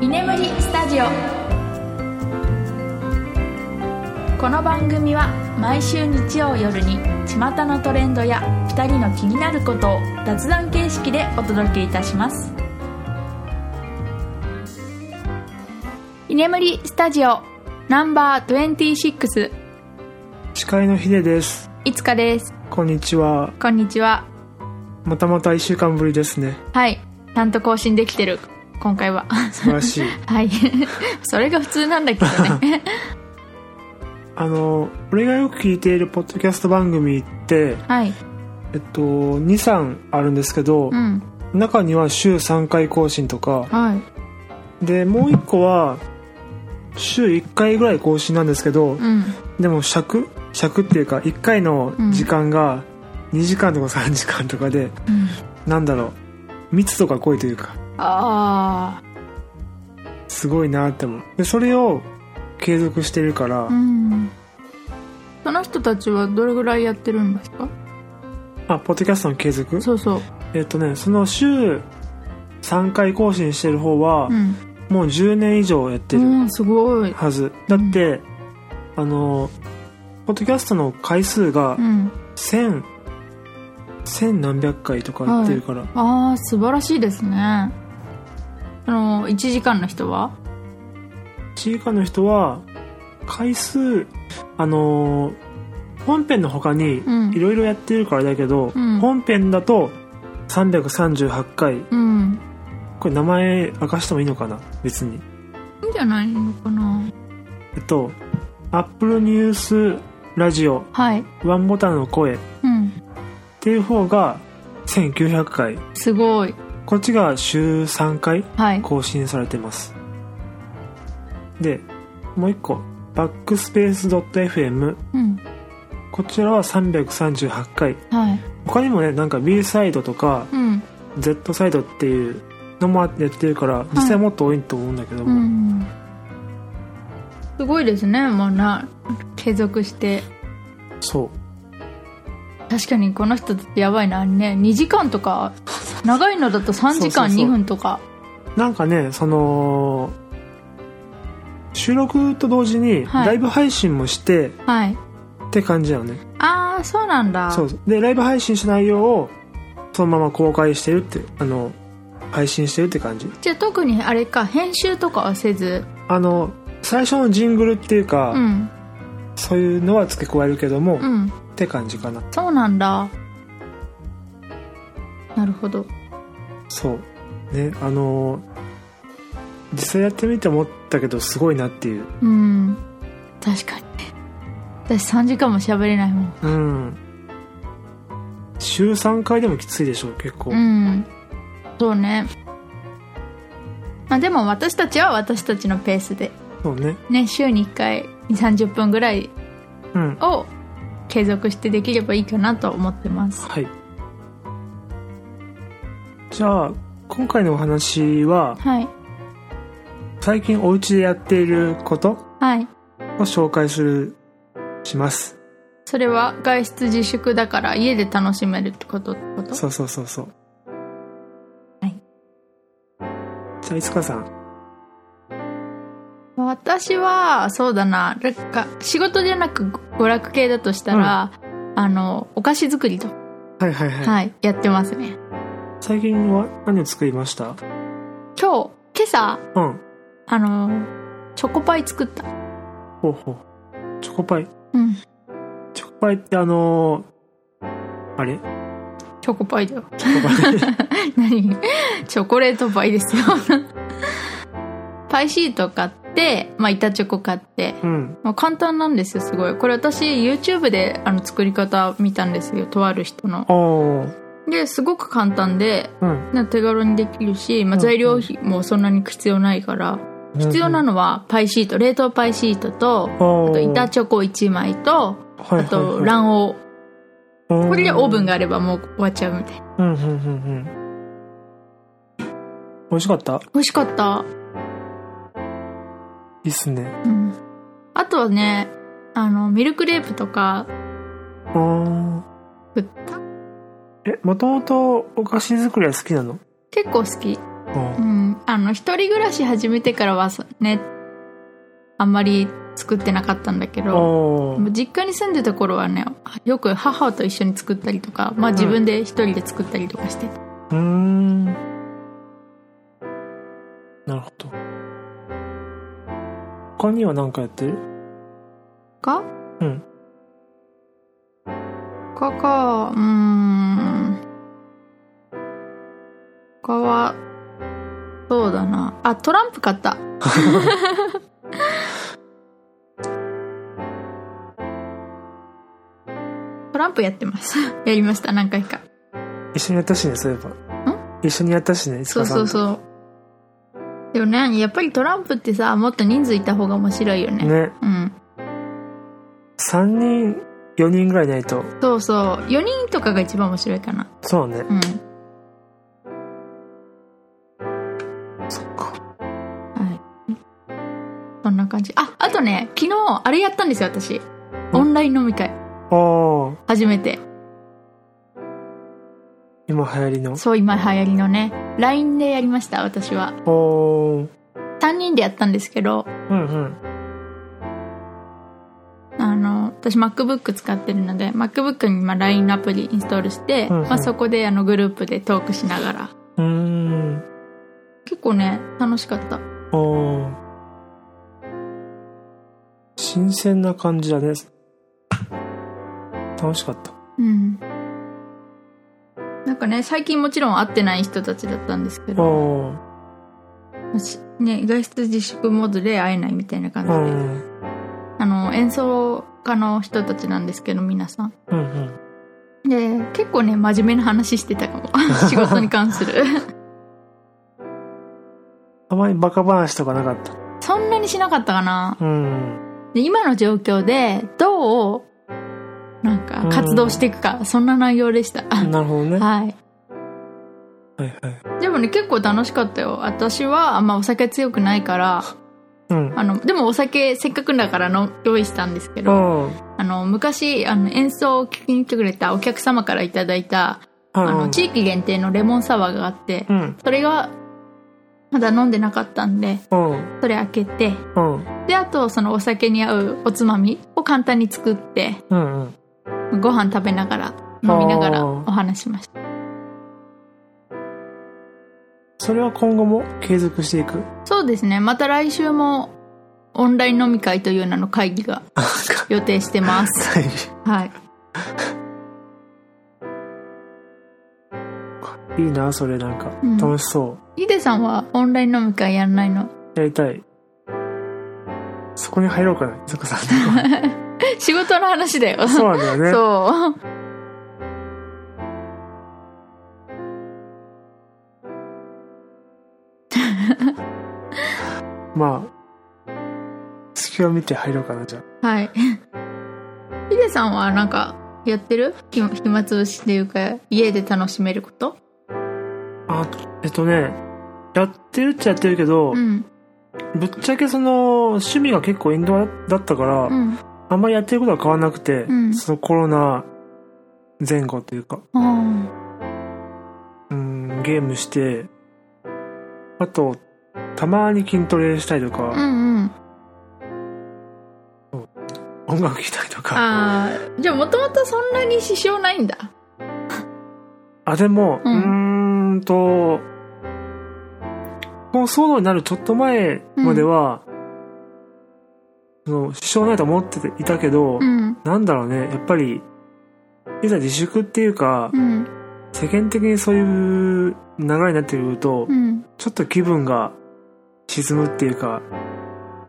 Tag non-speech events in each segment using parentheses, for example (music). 居眠りスタジオこの番組は毎週日曜夜に巷のトレンドや2人の気になることを雑談形式でお届けいたします居眠りスタジオナンバー26司会のヒデですいつかですこんにちはこんにちはまたまた1週間ぶりです (laughs) ねはいちゃんと更新できてる今回は (laughs) 素晴らしいはい (laughs) それが普通なんだけどねあの俺がよく聞いているポッドキャスト番組ってはいえっと23あるんですけどう、ん中には週3回更新とかはいでもう1個は週1回ぐらい更新なんですけど、うんでも尺尺っていうか1回の時間が2時間とか3時間とかで、うんなんだろう密度が濃いというかあすごいなって思うでそれを継続してるから、あうんその人たちはどれぐらいやってるんですかあポッドキャストの継続そうそうえっとねその週3回更新してる方は、うんもう10年以上やってるうんすごいはず、だってあのポッドキャストの回数がうん1000、千何百回とかやってるから、ああ素晴らしいですねあの1時間の人は地域間の人は回数あのー本編の他にうんいろいろやってるからだけど、うん本編だと338回うんこれ名前明かしてもいいのかな別にいいんじゃないのかなえっとアップルニュースラジオはいワンボタンの声っうんていう方が1900回すごいこっちが週3回はい更新されてますでもう一個バックスペース .fm うんこちらは338回はい他にもねなんか B サイドとかうん Z サイドっていうのもやってるから実際もっと多いと思うんだけどうも、んすごいですねもうな継続してそう確かにこの人たちやばいなね2時間とか長いのだと3時間そうそうそう2分とかなんかねその収録と同時にはいライブ配信もして、はいって感じだよねああそうなんだそうそうでライブ配信した内容をそのまま公開してるってあの配信してるって感じじゃあ特にあれか編集とかはせずあの最初のジングルっていうか、うんそういうのは付け加えるけども、うっんて感じかなそうなんだなるほどそうねあのー実際やってみて思ったけどすごいなっていううん確かに私3時間も喋れないもんうん週3回でもきついでしょ結構、うんそうねまあでも私たちは私たちのペースでそうねね週に1回2 3 0分ぐらいうんを継続してできればいいかなと思ってますはいじゃあ今回のお話ははい最近お家でやっていることはいを紹介するしますそれは外出自粛だから家で楽しめるってことってことそうそうそうそうはいじゃあいつかさん私はそうだななんか仕事じゃなく娯楽系だとしたら、あのお菓子作りとか、はいはいはい、はい、やってますね最近は何を作りました今日今朝うんあのチョコパイ作ったほうほうチョコパイうんチョコパイってあのーあれチョコパイだよ (laughs) チョコパイ何チョコレートパイですよパイシート買って、まあ、板チョコ買ってうんまあ、簡単なんですよすごいこれ私 YouTube であの作り方見たんですよとある人のあーですごく簡単でうんな手軽にできるし、まうあ、ん材料費もそんなに必要ないから必要なのはパイシート冷凍パイシートとああと板チチョコ1枚とョあと卵黄これでオーブンがあればもう終わっちゃうみたいなうんうんうんうん美味しかった美味しかった、いいっすねうん、あとはねあのミルクレープとかあー作ったえもともとお菓子作りは好きなの結構好きうんうん、あの一人暮らし始めてからはさねあんまり作ってなかったんだけどおもーう実家に住んでた頃はねよく母と一緒に作ったりとか、まあ、うん自分で一人で作ったりとかしてたうーんなるほど他には何かやってるかうんかかうーん他はそうだなあトランプ買 (laughs) ったトランプやってますやりました何回か一緒にやったしねそういえば一緒にやったしねいつそかうさそうそうでもねやっぱりトランプってさもっと人数いた方が面白いよねねうん3人4人ぐらいいないとそうそう4人とかが一番面白いかなそうねうんそっかはい。そんな感じ。あ、あとね、昨日、あれやったんですよ、私。オンライン飲み会。ああ初めて。今流行りのそう、今流行りのね。LINE でやりました、私は。おー3人でやったんですけど、うんうんあの、私 MacBook 使ってるので、MacBook にまあ LINE のアプリインストールして、うんうんまあ、そこであのグループでトークしながら。うーん結構ね、楽しかった。おー新鮮な感じだね楽しかったうん。なんかね、最近もちろん会ってない人たちだったんですけど、おーしね、外出自粛モードで会えないみたいな感うじで。んあの演奏家の人たちなんですけど皆さんうんうんで結構ね真面目な話してたかも仕事に関するあまりバカ話とかなかったそんなにしなかったかなうんで今の状況でどうなんか活動していくか、そんな内容でした、なるほどね (laughs) ははいいはいでもね結構楽しかったよ私はあんまお酒強くないからうんあのでもお酒せっかくだからの用意したんですけうど、んあの昔あの演奏を聴きに来てくれたお客様からいただいた、あはのい地域限定のレモンサワーがあって、うんそれがまだ飲んでなかったんでうんそれ開けてうんであとそのお酒に合うおつまみを簡単に作ってうんうんご飯食べながら飲みながらあおー話ししましたそれは今後も継続していく (laughs) そうですねまた来週もオンライン飲み会という名の会議が予定してますはいはいいいなそれなんかうん楽しそヒデさんはオンライン飲み会やんないのうやりたいそこに入ろうかなそこさん (laughs) 仕事の話だよそうなんだよねそうまあ隙を見て入ろうかなじゃあはいヒデさんはなんかやってるひ暇つぶしっていうか家で楽しめることあえっとねやってるっちゃやってるけど、うんぶっちゃけその趣味が結構インドアだったから、うんあんまりやってることは変わらなくて、うんそのコロナ前後というかうんうんゲームしてあとたまに筋トレしたりとうか、んうん。音楽聴いたりとかああ、じゃあもともとそんなに支障ないんだ。あでもううんーんとこのソロになるちょっと前までは、その支障ないと思っていたけうど、ん。なんだろうね、やっぱり、いざ自粛っていうかう、ん。世間的にそういう流れになってくるとう、ん。ちょっと気分が沈むっていうか、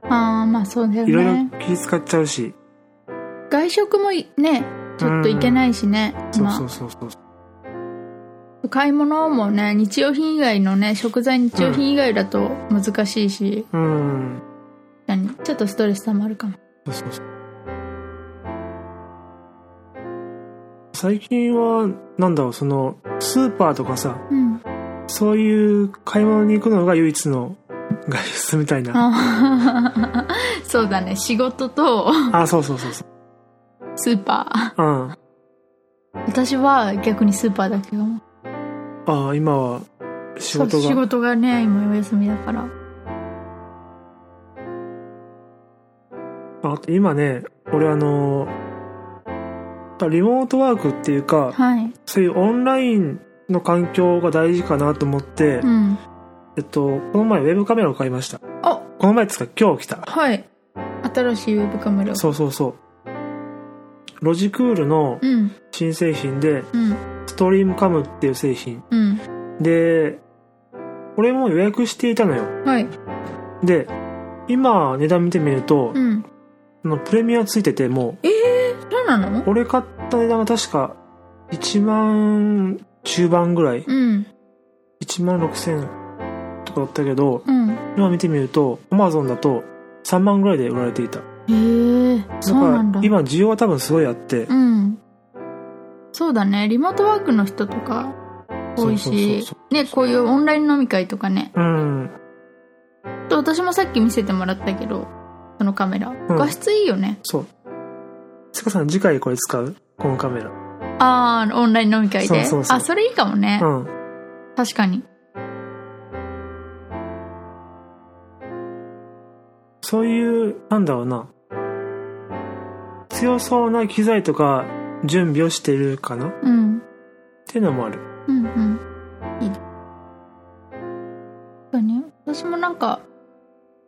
ああ、まあそうだよいろいね。ろ気使っちゃうし、外食もいね、ちょっと行けないしね。そうまあそうそうそう。買い物もね、日用品以外のね、食材日用品以外だと難しいし、うん。何ちょっとストレス溜まるかも。そうそうそう。最近は、なんだろう、その、スーパーとかさ、うん。そういう買い物に行くのが唯一の外出みたいな。あーそうだね、仕事とあ、そうそうそうそスーパう。うん。ー。私は逆にスーパーだけども。ああ今は仕事そう仕が事がね今お休みだからあと今ね俺あのリモートワークっていうかはいそういうオンラインの環境が大事かなと思って、うんえっとこの前ウェブカメラを買いましたあこの前っつうか今日来たはい新しいウェブカメラそうそうそうロジクールのうん新製品でうんストリームカムっていう製品うんで俺も予約していたのよはいで今値段見てみると、うんあのプレミアついててもええー、そうなのう俺買った値段が確か1万中盤ぐらいうん1万6000とかだったけどうん今見てみると Amazon だと3万ぐらいで売られていたええー、そうなんだ今需要は多分すごいあって、うんそうだねリモートワークの人とか多いしそうそうそうねこういうオンライン飲み会とかねうんと私もさっき見せてもらったけどそのカメラ、ん画質いいよねそうつかさん次回これ使うこのカメラああオンライン飲み会でそうそうそうあそれいいかもね、うん確かにそういうなんだろうな強そうな機材とか準備をしているかなっうんていうのもあるうんうんいいそうね私もなんか、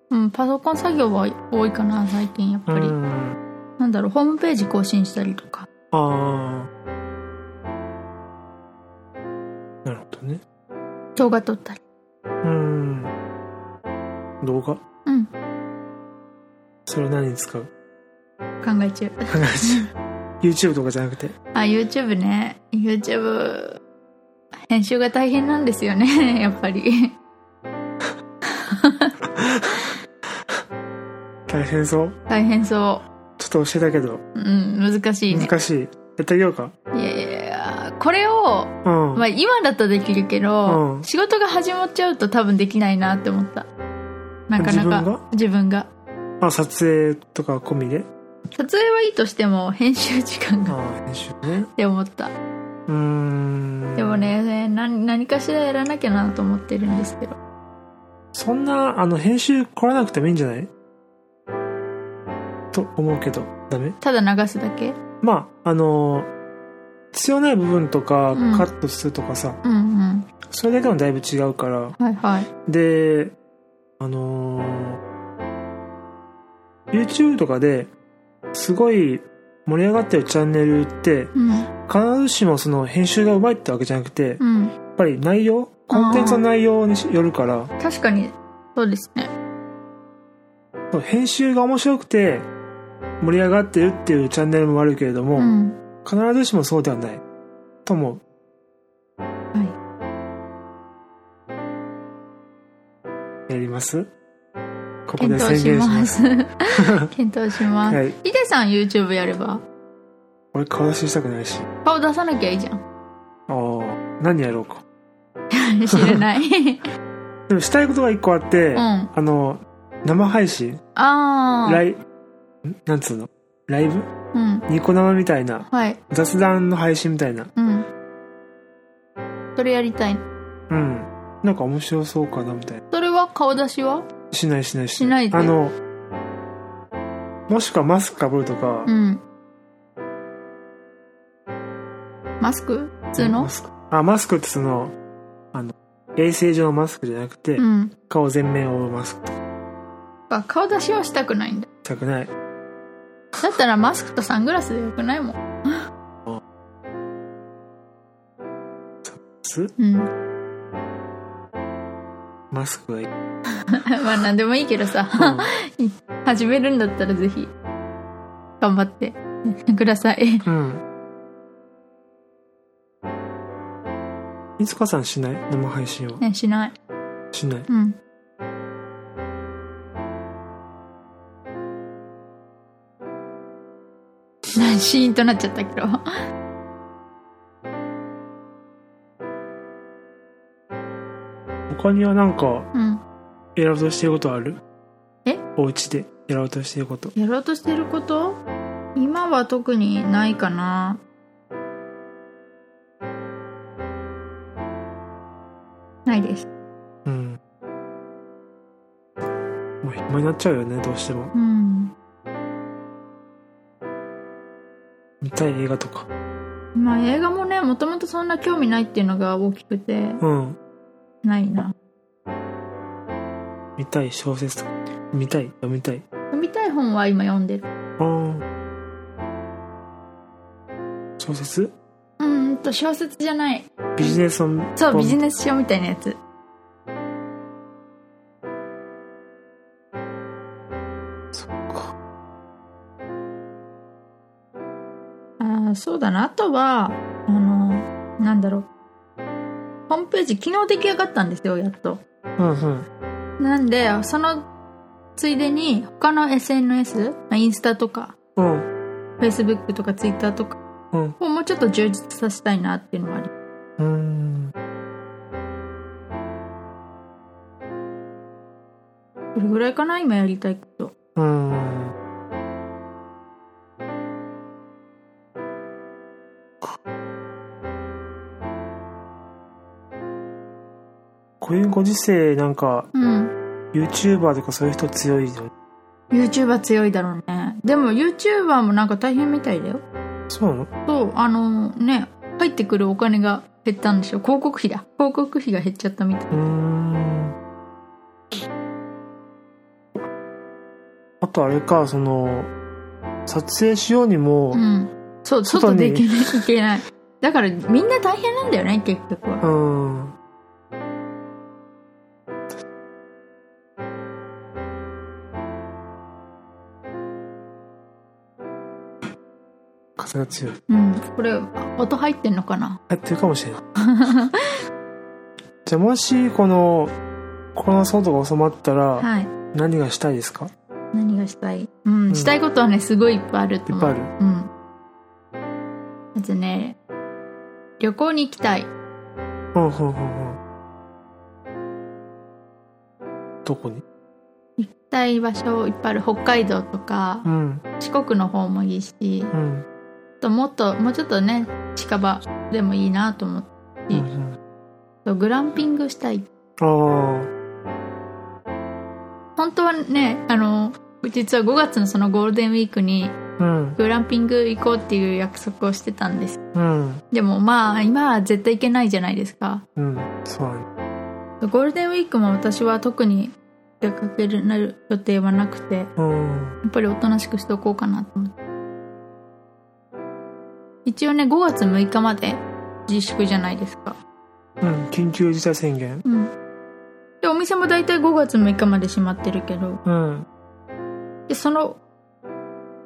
うん、パソコン作業は多いかな最近やっうぱり、んなんだろうホームページ更新したりとかああなるほどね動画撮ったりうん動画うん考それは何に使うえ中 YouTube とかじゃなくて (laughs) あ YouTube ね YouTube 編集が大変なんですよね (laughs) やっぱり大変そう大変そちょっと教えたけどううん難しいね難しいやってあげようかいやいやいやこれを、うん、まあ、今だったらできるけど、うん仕事が始まっちゃうと多分できないなって思ったなかなか自分があ撮影とか込みで撮影はいいとしても編集時間がっあ編集ねて思ったうーんでもね何何かしらやらなきゃなと思ってるんですけどそんなあの編集来らなくてもいいんじゃないと思うけどダメただ流すだけまああの必要ない部分とかうんカットするとかさ、うんうんそれだけでもだいぶ違うからはいはいであのー YouTube とかですごい盛り上がってるチャンネルってうん必ずしもその編集がうまいってわけじゃなくて、うんやっぱり内容コンテンツの内容によるから確かにそうですねそう編集が面白くて盛り上がってるっていうチャンネルもあるけれども、うん必ずしもそうではないと思うはやりますこいこで検討宣し言しまますす (laughs) 検討します、はいヒデさん YouTube やれば俺顔出ししたくないし顔出さなきゃいいじゃんああ何やろうか (laughs) 知らないうでもしたいことが一個あって、んああの生配信あライイんなんつうのライブうんニコ生みたいなはい雑談の配信みたいなうんそれやりたいうんなんか面白そうかなみたいなそれは顔出しはしないしないししないあでのもしくはマスクかぶるとか、うんマスク普通のマスクあマスクってそのあの衛生上のマスクじゃなくて、うん顔全面を覆うマスクとかあ顔出しはしたくないんだしたくないだったらマスクとサングラスでよくないもんすうん (laughs) マス (laughs) クがいい、うんまあ何でもいいけどさ、 (laughs) 始めるんだったらぜひ頑張って (laughs) くださいうんいつかさんしない生配信はねしないしないうんしないシーンとなっちゃったけど他にはなんかうんやろうとしてることあるえお家でやろうとしてることやろうとしてること今は特にないかなないですうんもう暇になっちゃうよねどうしてもうん見たい映画とかまあ映画もねもともとそんな興味ないっていうのが大きくてうんないな見たい小説とか見たい読みたい読みたい本は今読んでるああ小説うーんと小説じゃないビジネス本そうビジネネス書みたいなやつスそっかああそうだなあとはあのなんだろうホームページ昨日出来上がったんですよやっとうんうんなんでそのついでに他の SNS まあインスタとかうんフェイスブックとかツイッターとかうんをもうちょっと充実させたいなっていうのはありうんこれぐらいかな今やりたいことうんこういうご時世なんかうん YouTuber とかそういう人強いじゃん YouTuber 強いだろうねでも YouTuber もなんか大変みたいだよそうなのそうあのね入ってくるお金が減ったんでしょ広告費だ広告費が減っちゃったみたいうーんあとあれかその撮影しようにもうんそう外外でいにけないいけないだからみんな大変なんだよね結局はうん、風が強いうんこれ音入ってんのかな入ってるかもし (laughs) れないじゃあもしこのコロナ騒動が収まったらはい何がしたいですか、何がしたいうん、んしたいことはねすごいいっぱいあると思ういっぱいあるうんまずね旅行に行きたいうんうんうんうんどこに行きたい場所いっぱいある北海道とかうん四国の方もいいしうんあともっともうちょっとね近場でもいいなと思ってうんうんそうグランピングしたいああ本当はねあの実は5月のそのゴールデンウィークにうんグランピング行こうっていう約束をしてたんですうんでもまあ今は絶対行けないじゃないですかうんそうだねゴールデンウィークも私は特に出かけるなる予定はなくてやうんっぱりおとなしくしておこうかなと思って一応ね5月6日まで自粛じゃないですかうん緊急事態宣言うんでお店も大体5月6日まで閉まってるけどうんでその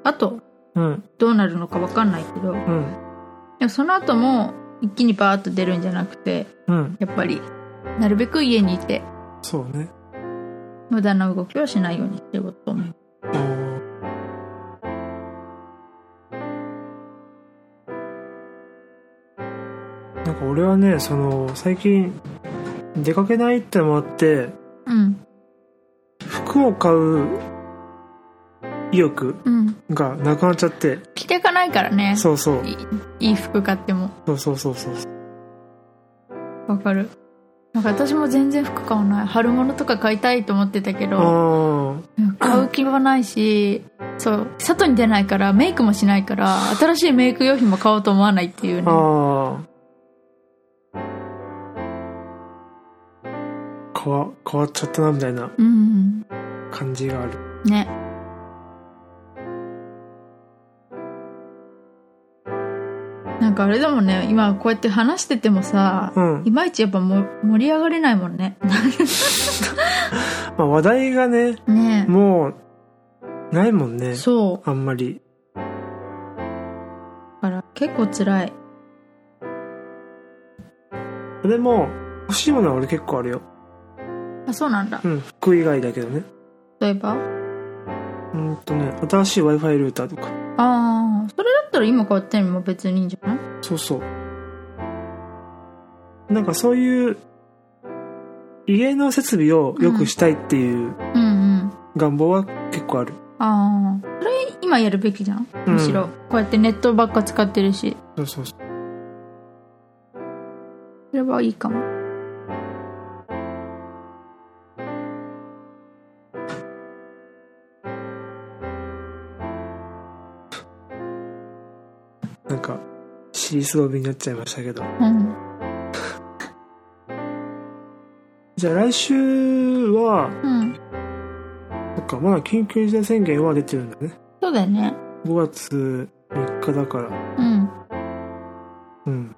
あとうんどうなるのか分かんないけどうんでもその後も一気にバーッと出るんじゃなくてうんやっぱりなるべく家にいてそうね無駄な動きをしないようにしようと思うおーなんか俺はねその最近出かけないってのもあってうん服を買う意欲うんがなくなっちゃって着ていかないからねそうそういいい服買ってもそうそうそうそうそう分かるなんか私も全然服買わない春物とか買いたいと思ってたけどあ買う気はないしそう外に出ないからメイクもしないから新しいメイク用品も買おうと思わないっていうあねああ変わ変わっちゃったなみたいなうん感じがあるねなんかあれだもんね今こうやって話しててもさ、うんいまいちやっぱも盛り上がれないもんねまあ話題がね (laughs) ねもうないもんねそうあんまりだから結構辛いでも欲しいものは俺結構あるよあそうなんだうん服以外だけどね例えばうんとね新しい w i f i ルーターとかああそれだったら今買っても別にいいんじゃないそうそうなんかそういう家の設備を良くしたいっていううんうん願望は結構ある、ああそれ今やるべきじゃんうんむしろ、こうやってネットばっか使ってるしそうそうそうそれはいいかもなんか尻すぼみになっちゃいましたけどうんじゃあ来週はうんそっかまだ緊急事態宣言は出てるんだねそうだよね5月3日だからうんうん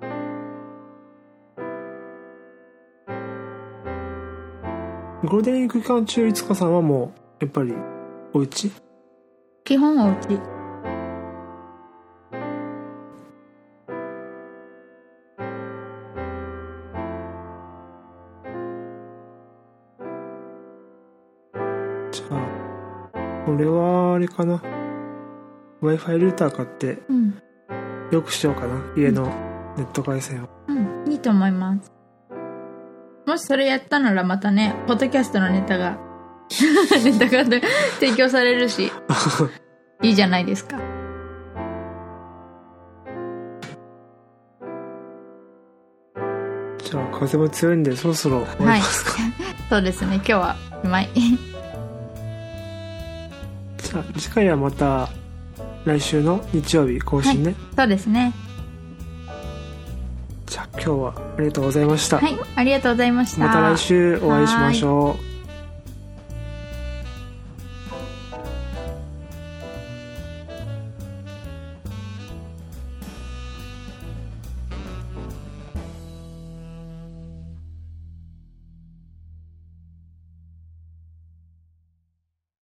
ゴールデンウィーク期間中いつかさんはもうやっぱりお家基本はうちじゃあ俺はあれかな w i f i ルーター買ってうんよくしようかな家のネット回線をうんいいと思いますもしそれやったならまたねポッドキャストのネタが (laughs) ネタが提供される (laughs) しいいじゃないですかじゃあ風も強いんでそろそろ終わはりいますか、 (laughs) そうですね今日はうまい (laughs) じゃあ次回はまた来週の日曜日更新ね、そうですねじゃあ今日はありがとうございました、はいありがとうございましたまた来週お会いしましょう